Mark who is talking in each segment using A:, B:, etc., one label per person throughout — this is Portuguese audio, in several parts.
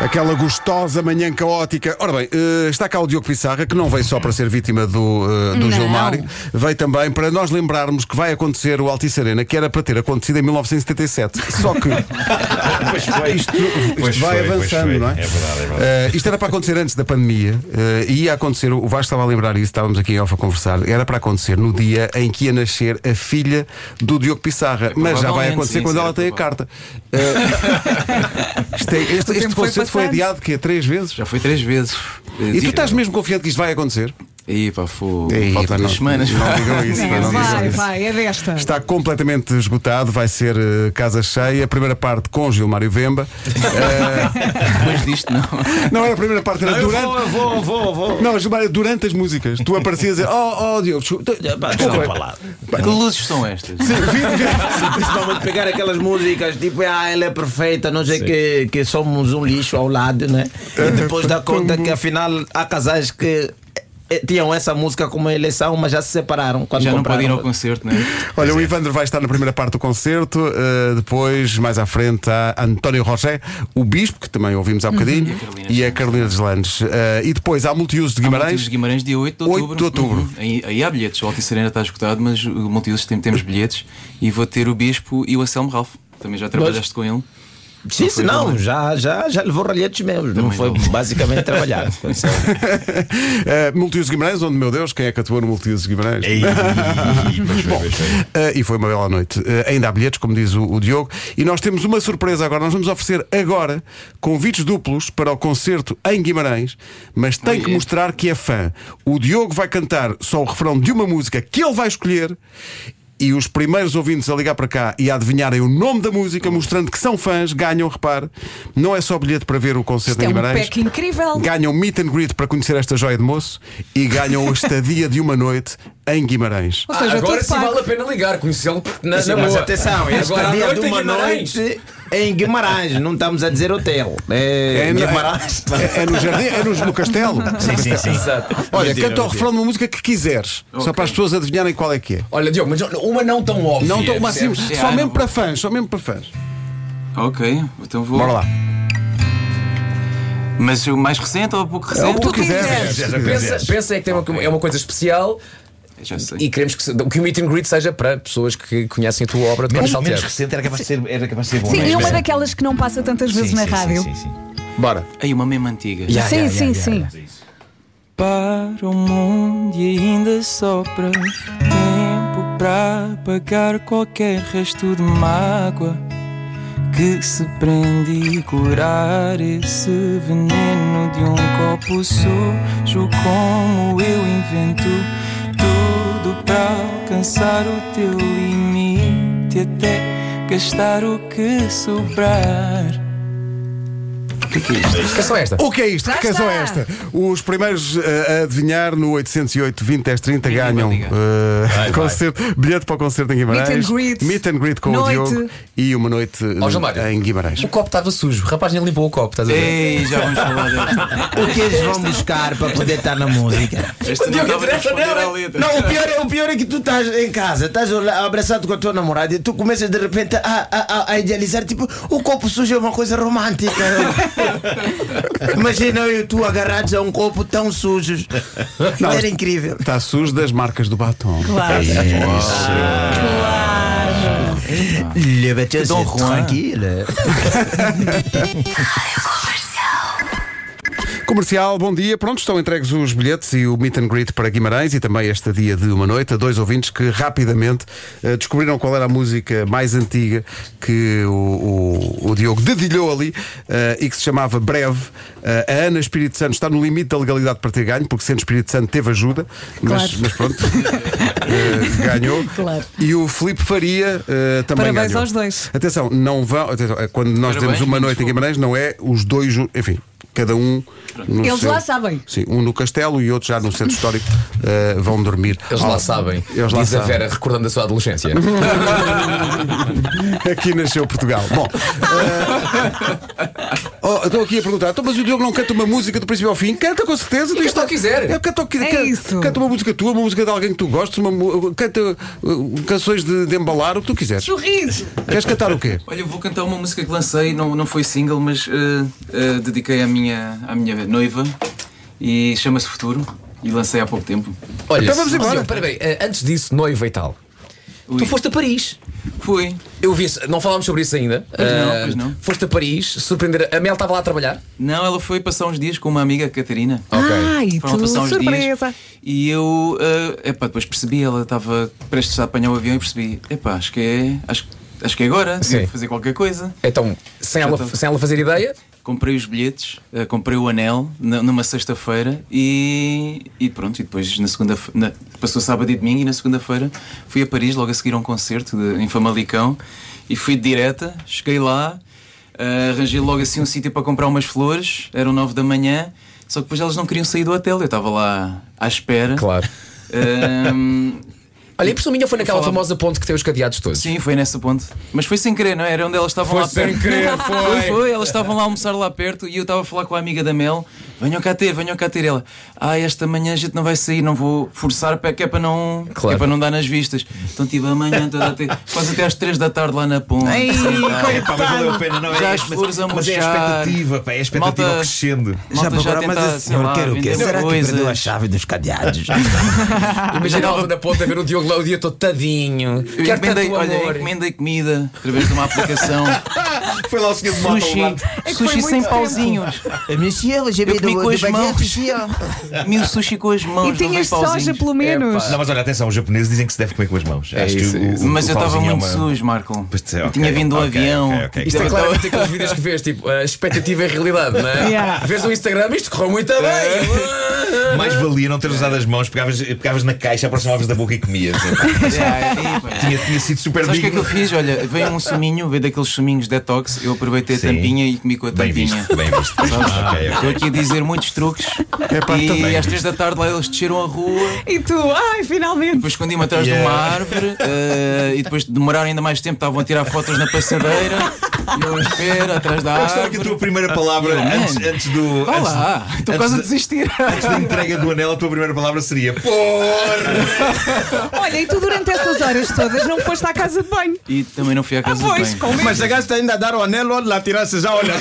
A: Aquela gostosa manhã caótica. Ora bem, eh, está cá o Diogo Pissarra, que não veio só para ser vítima do, eh, do
B: Não.
A: Gilmário, veio também para nós lembrarmos que vai acontecer o Altice Arena, que era para ter acontecido em 1977. Só que
C: Pois foi.
A: isto, isto
C: Pois
A: vai
C: foi, pois
A: avançando,
C: foi.
A: não é?
C: É verdade, é verdade.
A: Eh, isto era para acontecer antes da pandemia eh, e ia acontecer, o Vasco estava a lembrar isso, estávamos aqui em off a conversar, era para acontecer no dia em que ia nascer a filha do Diogo Pissarra, mas já vai
D: provavelmente,
A: acontecer
D: sim,
A: quando
D: será
B: é
A: ela tem a carta. Eh, isto é- este este
B: tempo foi
A: concerto foi
B: passando.
A: adiado que é três vezes.
D: Já foi três vezes.
A: E tu estás mesmo confiante que isto vai acontecer?
D: Aí, pá, foi.
A: Ei,
D: Falta
A: pá,
D: duas
A: É, não-
D: semanas.
A: não digam isso,
B: É,
A: pá, não digam
B: vai,
A: isso.
B: vai, é desta.
A: Está completamente esgotado, vai ser eh, casa cheia. Primeira parte com Gilmário Vemba.
D: Depois disto, não.
A: Não era a primeira parte, era durante.
C: vou, vou, vou.
A: Não, Gilmário, durante as músicas, tu aparecias a dizer: Oh, oh, Diogo, desculpa.
C: Desculpa lá.
D: Que luzes são estas?
E: Principalmente pegar aquelas músicas tipo, ah, ela é perfeita, não sei que, que somos um lixo ao lado, né? E depois dá conta que afinal há casais que eh, tinham essa música como eleição, mas já se separaram quando
D: Já não
E: compraram.
D: podem ir ao concerto, não é?
A: Olha, o Ivandro vai estar na primeira parte do concerto. eh, depois, mais à frente, há António Roché, o Bispo, que também ouvimos há bocadinho, e a Carolina Deslandes. Eh, e depois Uhum. há Multiuso de
D: Multiusos
A: Guimarães.
D: de Guimarães, dia 8 de
A: 8
D: outubro.
A: de outubro.
D: Uhum. Aí, aí há bilhetes. O Altice Arena está esgotado, mas o Multiusos tem, temos bilhetes. E vou ter o Bispo e o Anselmo Ralph. Também já trabalhaste com ele.
E: Sim, sim, não, já, já, já levou ralhetes mesmo, não foi basicamente trabalhar.
A: Eh, Multiuso de Guimarães, onde, meu Deus, quem é que atuou no Multiuso de Guimarães?
C: Ei, pois foi, pois foi.
A: Eh, e foi uma bela noite. Eh, ainda há bilhetes, como diz o, o Diogo. E nós temos uma surpresa agora. Nós vamos oferecer agora convites duplos para o concerto em Guimarães, mas tem que mostrar que é fã. O Diogo vai cantar só o refrão de uma música que ele vai escolher. E os primeiros ouvintes a ligar para cá e a adivinharem o nome da música, mostrando que são fãs, ganham, repare. Não é só bilhete para ver o concerto
B: Isto é
A: em
B: um
A: Guimarães.
B: pack incrível.
A: Ganham meet and greet para conhecer esta joia de moço e ganham a estadia de uma noite em Guimarães.
B: Ou seja,
F: agora
B: tudo
F: sim
B: pago.
F: vale a pena ligar, conhecê-lo na,
E: Sim,
F: na
E: mas
F: boa.
E: atenção, é
F: agora à
E: estadia
F: noite
E: de
F: em
E: uma
F: Guimarães.
E: noite em Guimarães, não estamos a dizer hotel. É,
A: É,
E: em
A: não, é-
E: Guimarães.
A: É, é no jardim, é no, no castelo.
C: Sim, sim, sim.
A: Olha,
C: Mentira,
A: canta o
C: mentira.
A: refrão de uma música que quiseres, só para as pessoas adivinharem qual é que é.
F: Olha, Diogo, mas uma não tão óbvia.
A: Não estou uma assim,
F: percebes?
A: só
D: É,
A: mesmo
D: não-
A: para fãs, só mesmo para fãs.
D: Ok, então vou.
A: Bora lá.
D: Mas o mais recente ou o pouco
A: É
D: recente?
B: que tu quiseres.
F: Pensa, pensa é que tem uma, é uma coisa especial
D: Já sei.
F: e queremos que, se- que o meet and greet seja para pessoas que conhecem a tua obra de Conas
C: Menos, menos
F: Salteiro.
C: recente era capaz de ser, era capaz de ser bom.
B: Sim,
C: não
B: é uma daquelas que não passa tantas vezes
C: Sim,
B: na
C: sim,
B: rádio.
C: Sim, sim, sim.
A: Bora.
D: Aí uma meme antiga.
B: Sim, sim, sim.
D: Para o mundo e ainda sopra tempo para apagar qualquer resto de mágoa que se prende e curar esse veneno de um copo sujo como eu invento tudo para alcançar o teu limite até gastar o que sobrar. O que é que é isto?
F: Que canção é esta?
A: O que é isto?
B: Já
A: que canção é
B: está.
A: esta? Os primeiros eh, a adivinhar no 808 20 10 30 ganham
D: liga.
A: eh,
C: Vai, vai.
A: concerto, bilhete para o concerto em Guimarães.
B: Meet and greet.
A: Meet and greet com
B: Noite.
A: o Diogo e uma noite
F: Ó, Gilmário.
A: em Guimarães.
F: O copo estava sujo. O rapaz nem limpou o copo, estás a ver?
D: Ei, já vamos falar desta.
E: O que eles vão buscar para poder estar na música?
D: Este não estava a responder à letra.
E: Não, o pior, é, o pior é que tu estás em casa, estás lá abraçado com a tua namorada e tu começas de repente a, a- a- a idealizar, tipo, o copo sujo é uma coisa romântica. Imagina eu e tu agarrados a um copo tão sujo. Era incrível.
A: Está sujo das marcas do batom.
B: Claro.
E: Leva-te
C: assim,
D: Dom Juan.
A: Comercial, bom dia. Pronto, estão entregues os bilhetes e o meet and greet para Guimarães e também esta dia de uma noite a dois ouvintes que rapidamente eh, descobriram qual era a música mais antiga que o, o- o Diogo dedilhou ali eh, e que se chamava Breve. Eh, a Ana Espírito Santo está no limite da legalidade para ter ganho, porque sendo Espírito Santo teve ajuda, mas,
B: Claro.
A: mas pronto, eh, ganhou.
B: Claro.
A: E o Filipe Faria eh, também
B: Parabéns
A: ganhou.
B: aos dois.
A: Atenção, não vão. atenção, eh, quando nós
D: Parabéns,
A: temos uma
D: menos
A: noite em
D: um.
A: Guimarães, não é os dois. jun- Enfim, cada um. No
B: Eles
A: seu-
B: lá sabem.
A: Sim, um no castelo e outro já no centro histórico eh, vão dormir.
F: Eles
A: Oh,
F: lá sabem. Uhum.
A: Eles lá
F: Diz a
A: sabem.
F: Vera, recordando a sua adolescência.
A: Aqui nasceu Portugal. Bom. eh, Oh, estou aqui a perguntar, então, mas o Diogo não canta uma música do princípio ao fim? Canta com certeza. tu
F: canta
A: está-
F: o que quiser.
A: Eu canto, o que-
B: É
A: can-
B: isso.
A: Canta uma música tua, uma música de alguém que tu gostes, uma, mu- canta uh, canções de, de embalar, o que tu quiseres.
B: Sorriso.
A: Queres cantar o quê?
D: Olha, eu vou cantar uma música que lancei, não, não foi single, mas eh, eh, dediquei à minha, à minha noiva e chama-se Futuro e lancei há pouco tempo.
F: Olha,
A: Então vamos
F: se-
A: embora.
F: Sim, espera bem, eh, antes disso, noiva e tal.
D: Ui,
F: Tu foste a Paris.
D: Fui.
F: Eu vi, isso- não falámos sobre isso ainda.
D: Pois não,
F: Eh,
D: pois não.
F: Foste a Paris, surpreender. A Mel estava lá a trabalhar.
D: Não, ela foi passar uns dias com uma amiga, a Catarina.
B: Ai,
D: Foram
B: tu,
D: passar uns
B: surpresa.
D: dias e eu eh, epá, depois percebi, ela estava prestes a apanhar o avião e percebi, epá, acho que é. Acho, acho que é agora,
F: Sim.
D: devo fazer qualquer coisa.
F: Então, sem ela,
D: Então.
F: sem ela fazer ideia,
D: Comprei os bilhetes, eh, comprei o anel na- numa sexta-feira e, e pronto, e depois na segunda fe- na- passou sábado e domingo e na segunda-feira fui a Paris logo a seguir a um concerto de- em Famalicão e fui de direta, cheguei lá, eh, arranjei logo assim um sítio para comprar umas flores, eram nove da manhã, só que depois elas não queriam sair do hotel, eu estava lá à espera. Ehm,
F: Claro.
D: Ahm,
F: Olha, a impressão minha foi naquela
D: Falava-
F: famosa ponte que tem os cadeados todos.
D: Sim, foi nessa ponte. Mas foi sem querer, não é? Era onde elas estavam
F: Foi
D: lá
F: sem
D: perto.
F: querer, foi.
D: foi. Elas estavam lá a almoçar lá perto e eu estava a falar com a amiga da Mel. Venham cá ter, venham cá ter. Ela, ah, esta manhã a gente não vai sair, não vou forçar para- que é para não, que
F: Claro.
D: é para não dar nas vistas. Então tive a manhã toda até, quase até às 3 da tarde lá na ponte.
B: Ei,
D: Sim,
B: coitado.
C: Pá, mas valeu a pena, não é?
D: Já as
C: Mas-
D: flores a
C: Mas é a
D: murchar.
C: expectativa, pá, é a expectativa
D: Malta-
C: crescendo.
D: malta já
C: procurava,
D: tenta,
C: a
D: sei lá, vender coisas.
C: chave dos cadeados?
F: Imagina ela na ponta a ver o Diogo lá o dia todo tadinho.
D: Ah. Eu
F: Quer tanto
D: encomendei, olha,
F: amor.
D: encomendei comida através de uma aplicação.
C: Foi lá o senhor de moto ao
D: sushi
C: lado.
F: É
D: sushi sem pauzinhos. Eu comi com as mãos. Comi o sushi com as mãos.
B: E
D: não
B: tinhas
D: veio pauzinhos.
B: soja, pelo menos.
C: Não, mas olha, atenção, os japoneses dizem que se deve comer com as mãos.
F: É
C: Acho
F: isso,
C: que o-
F: é isso.
C: o-
D: Mas
C: o
D: eu estava
C: pauzinho é
D: muito
C: uma-
D: sujo, Marco.
C: Pois é,
D: Eu
C: ok,
D: tinha vindo do
C: ok,
D: avião.
C: ok, ok.
F: Isto é claramente aqueles vídeos que vês, tipo, a expectativa e a realidade, não é?
B: Yeah.
F: Vês o Instagram, isto correu muito
D: É.
F: bem.
C: Mais valia não teres usado as mãos, pegavas, pegavas na caixa, aproximavas da boca e comias.
D: É, aí, pá.
C: tinha, tinha sido super
D: Sabes o que é que eu
C: digno.
D: fiz? Olha, veio um suminho, veio daqueles suminhos detox, eu aproveitei a
C: Sim.
D: tampinha e comi com a
C: Bem
D: tampinha.
C: visto, bem visto.
D: é
C: Ok,
D: Estou
C: ok.
D: aqui a dizer muitos truques
C: É
A: pá,
D: e
A: também.
D: às três da tarde lá eles desceram a rua
B: E tu, ai, finalmente.
D: Depois escondi-me atrás de uma
C: Yeah.
D: árvore eh, e depois demoraram ainda mais tempo, estavam a tirar fotos na passadeira, e eu à espera, atrás da
C: Gostava que
D: árvore.
C: a tua primeira palavra
D: Yeah,
C: antes,
D: man.
C: antes do.
D: Vá
C: antes-
D: lá, estou
C: antes
D: quase a
C: da-
D: desistir.
C: Antes da entrega do anel, a tua primeira palavra seria Porra!
B: Olha, e tu durante essas horas todas não foste à casa de banho.
D: E também não fui à
B: Ah,
D: casa
B: pois,
D: de banho.
B: com medo.
E: Mas chegaste ainda a dar o anel, onde lá tiraste já, olha.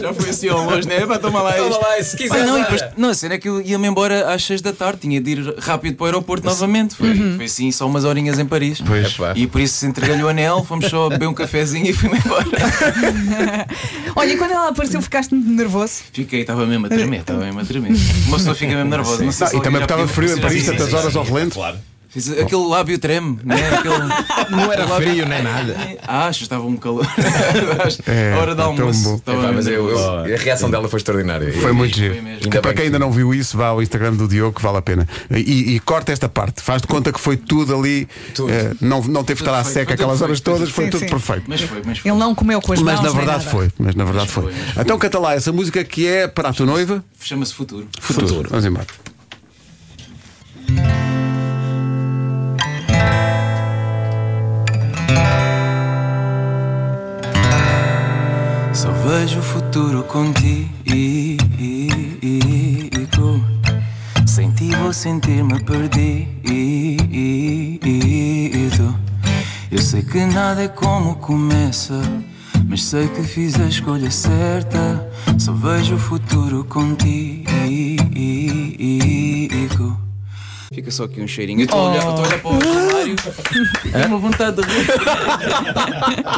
D: Já foi assim ao longe, né? Pá, toma lá
F: Toma
D: isto.
F: lá, se
D: Ah,
F: quiser.
D: não, e
F: olha.
D: depois, não, a cena é que eu ia-me embora às 6 da tarde, tinha de ir rápido para o aeroporto novamente. Foi, foi assim, só umas horinhas em Paris.
C: Pois.
F: Epá.
D: E por isso entreguei-lhe o anel, fomos só beber um cafezinho e fui-me embora.
B: Olha, e quando ela apareceu, ficaste nervoso?
D: Fiquei, estava mesmo a tremer, estava mesmo a tremer. Uma pessoa fica mesmo nervosa. Não sei se
A: Ah, e também
D: alguém já
A: estava
D: pediu-
A: frio em Paris,
D: Sim, sim,
A: tantas
D: sim.
A: horas ao relento.
D: Fiz aquele lábio treme, né? Aquele... Não era frio nem nada. Acho, estava um calor. Acho,
A: É,
D: a hora do
A: é tão
D: almoço.
A: bom.
D: estava
F: Epá, mas eu-
D: mesmo-
F: eu- a reação dela foi extraordinária.
A: Foi muito giro.
D: mesmo.
A: Que
F: Ainda
A: para
F: bem
A: quem
F: que
A: ainda não viu isso, vá ao Instagram do Diogo, que vale a pena. E, e corta esta parte, faz de conta que foi tudo ali,
F: Tudo.
A: eh, não, não teve que estar à
D: Foi
A: seca
D: tudo
A: aquelas horas
D: perfeito, foi
A: todas, foi
B: sim,
A: tudo
B: sim.
A: perfeito.
D: Mas foi, mas foi.
B: Ele não comeu com as
A: Mas
B: mãos.
A: na
B: nem
A: verdade
B: nada.
A: foi, mas na verdade foi. Então canta lá essa música que é para a tua noiva,
D: Chama-se Futuro.
A: futuro. Vamos embora.
D: Só vejo o futuro contigo. Sem ti vou sentir-me perdido. Eu sei que nada é como começa, mas sei que fiz a escolha certa. Só vejo o futuro contigo. Fica só aqui um cheirinho. Eu estou a olhar- eu estou a olhar para o cenário. Oh. Tenho uma vontade de rir.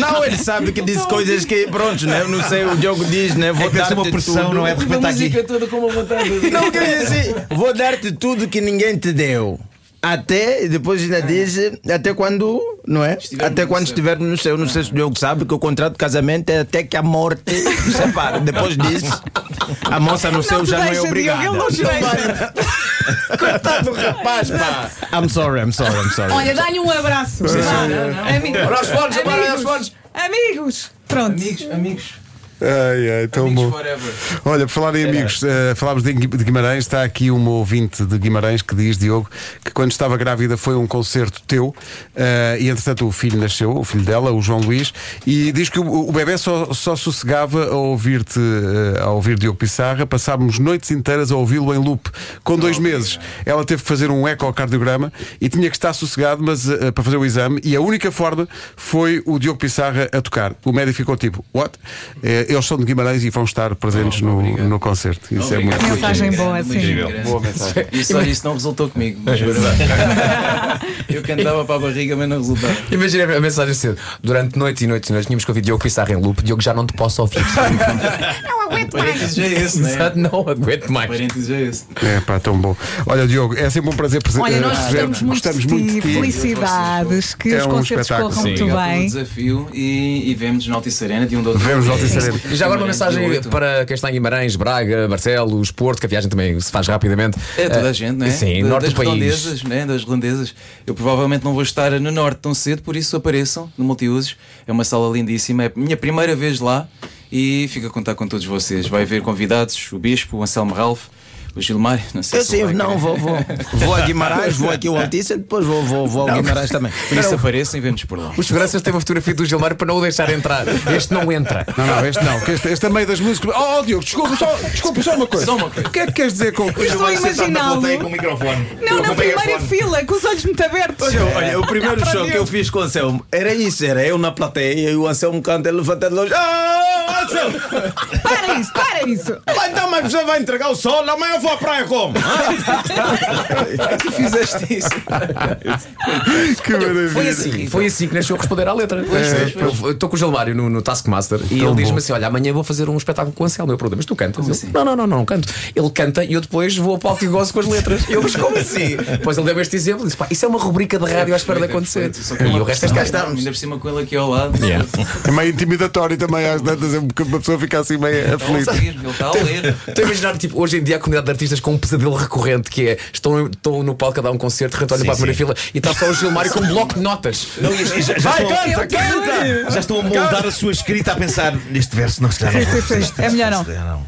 E: Não, ele sabe que diz coisas que, pronto, né? Eu não sei, o Diogo diz, né? Vou
C: É que essa é uma
E: dar-te
C: pressão,
E: tudo.
C: não é? De repente
D: A
C: está aqui.
D: música toda com uma vontade de rir.
E: Não, que ele diz assim, vou dar-te tudo que ninguém te deu. Até, e depois ainda diz, até quando, não é?
D: Estivermos
E: até
D: no
E: quando
D: céu.
E: estivermos no céu. Não sei se o Diogo sabe que o contrato de casamento é até que a morte nos separe. Depois disso, a moça no céu
B: te
E: já não é
B: deixa,
E: obrigada.
B: Diogo, ele não te
E: Coitado do rapaz, pá. I'm sorry, I'm sorry, I'm sorry.
B: Olha, dá-lhe um abraço. Vá. Amigos.
F: é Olha os fones, agora olha os fones.
B: Amigos. Pronto.
D: Amigos, amigos.
A: Ai, ai, tão
D: Amigos
A: É um bom.
D: forever.
A: Olha, por falar em amigos, eh, falámos de Gui- de Guimarães, está aqui uma ouvinte de Guimarães que diz, Diogo, que quando estava grávida foi a um concerto teu eh, e entretanto o filho nasceu, o filho dela, o João Luís, e diz que o, o bebê só, só sossegava a ouvir-te, eh, a ouvir Diogo Pissarra, passávamos noites inteiras a ouvi-lo em loop. Com dois meses, ela teve que fazer um ecocardiograma e tinha que estar sossegado mas, eh, para fazer o exame, e a única forma foi o Diogo Pissarra a tocar. O médico ficou tipo, what? Eh, eles são de Guimarães e vão estar
D: Oh,
A: presentes no, no concerto. Isso é muito
C: Obrigado.
A: bonito.
B: Mensagem boa, assim. sim.
C: Incrível.
A: Boa mensagem. É,
D: Isso, olha, isso não resultou comigo, mas eu cantava para a barriga, mas não resultava.
F: Imagina a mensagem cedo. Durante noite e noite e noite tínhamos que ouvir Diogo Pissarra em loop. Diogo já não te posso ouvir.
D: Parênteses é esse, né?
F: Exato, não aguento mais.
D: Parênteses é esse.
A: É pá, tão bom. Olha, Diogo, é sempre um prazer presen-
B: Olha, nós
A: eh,
B: gostamos, muito,
A: gostamos
B: de ti,
A: muito de ti.
B: felicidades, que
A: É
B: os
A: um
B: concertos
A: espetáculo.
B: corram
A: Sim.
B: muito
D: Obrigado pelo
B: bem.
D: desafio e, e vemos no Alta e Serena de um do outro.
A: Vemos no Alto e Sereno.
F: E já agora uma mensagem para quem está em Guimarães, Braga, Barcelos, Porto, que a viagem também se faz rapidamente. Eh,
D: É toda a gente, não é?
F: Sim,
D: Da-
F: norte
D: das
F: do país.
D: redondezas, né? Das redondezas. Eu provavelmente não vou estar no norte tão cedo, por isso apareçam no Multiusos. É uma sala lindíssima, é a minha primeira vez lá e fico a contar com todos vocês. Vai haver convidados, o Bispo, o Anselmo Ralph, o Gilmar, não sei
E: Eu
D: se ele
E: sim,
D: vai
E: não,
D: querer.
E: vou, vou. Vou a Guimarães, vou aqui ao Altice e depois vou, vou, vou ao Guimarães também.
D: Por isso apareçam e vemos por lá.
F: Os seguranças têm uma fotografia do Gilmar para não o deixar entrar. Este não entra.
A: Não, não, este não, que este, este é meio das músicas. Oh, oh, Diogo, desculpa só, desculpa só uma coisa.
D: Só uma coisa.
A: O que é que queres dizer com.
B: Eu Estou a imaginá-lo.
C: com o microfone.
B: Não, na
C: Com o
B: primeira
D: é
C: megafone.
B: fila, com os olhos muito abertos.
E: Olha, é, olha, o primeiro show que eu fiz com o Anselmo era isso, era eu na plateia e o Anselmo canta, ele levanta de longe. Ah, Anselmo!
B: Para isso, para isso.
E: Vai, Então, mas você vai entregar o sol, amanhã eu vou à praia como?
D: Tu fizeste isso.
A: Que maravilha.
F: Foi assim, foi assim que nasceu responder à letra. Eu estou com o Gilmário no, no Taskmaster e ele diz-me assim: Olha, amanhã vou fazer um espetáculo com o Anselmo. Eu pergunto, mas tu cantas? Ele, Não, não, não, não, não canto. Ele canta e eu depois vou ao palco e gozo com as letras. Eu, mas como assim? Depois ele deu este exemplo e disse: Pá, isso é uma rubrica de rádio à espera de acontecer.
D: Só que
F: E
D: uma
F: o resto é
D: questão,
F: estar.
D: Ainda por cima com ele aqui ao lado.
A: É meio intimidatório também, às tantas, é um bocado- uma pessoa fica assim meio
D: Ele está
A: aflita.
D: a ler, ele está a ler.
F: Estou a imaginar, tipo, hoje em dia a comunidade de artistas com um pesadelo recorrente que é: estão, estão no palco a dar um concerto, de repente olham para a primeira fila e está só o Gilmário com um bloco de notas.
C: Não, e- e já, já
E: Vai,
C: estão-
E: canta, canta!
C: já estão a moldar a sua escrita a pensar neste verso, não se calhar não.
B: Sim, sim, sim. É melhor não.
C: Se calhar não.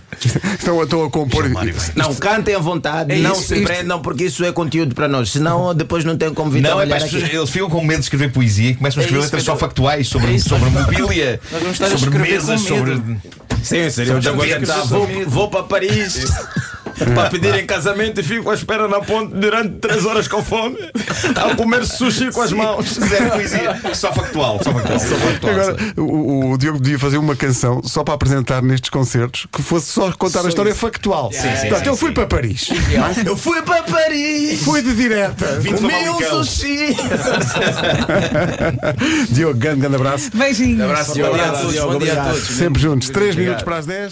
A: Estão, estão a compor.
C: Mário, vai.
E: Não, cantem à
C: É
E: vontade, não
D: isso,
E: se
D: isto-
E: prendam, porque isso é conteúdo para nós. Senão depois não tem como vir
C: Não, é
E: trabalhar
C: para as
E: aqui.
C: pessoas, eles ficam com medo de escrever poesia e começam a
D: Então, É
C: escrever
D: isso,
C: letras só
D: Pedro.
C: factuais sobre,
D: É isso,
C: sobre mobília,
D: Nós vamos estar a
C: sobre
D: escrever com
C: mesas, sobre.
D: medo.
E: Sim, seria um
C: Só
E: agora
C: jovens
E: cantar,
C: que
E: vou,
C: são-
E: vou para Paris para pedir em casamento e fico à espera na ponte durante 3 horas com fome, a comer sushi com as mãos.
C: Zero poesia, só factual. Só factual. Só factual.
A: Agora, o, o Diogo podia fazer uma canção só para apresentar nestes concertos que fosse só contar a história factual.
C: sim,
A: Portanto,
C: sim,
A: eu fui
C: sim.
A: para Paris,
E: Eu fui para Paris,
A: fui de direta.
C: Vinte
E: comi um
C: Famalicão.
E: sushi.
A: Diogo, grande, grande abraço.
B: Beijinhos.
D: Bom dia a todos, bom dia a todos.
A: Sempre juntos. 3 minutos para as 10.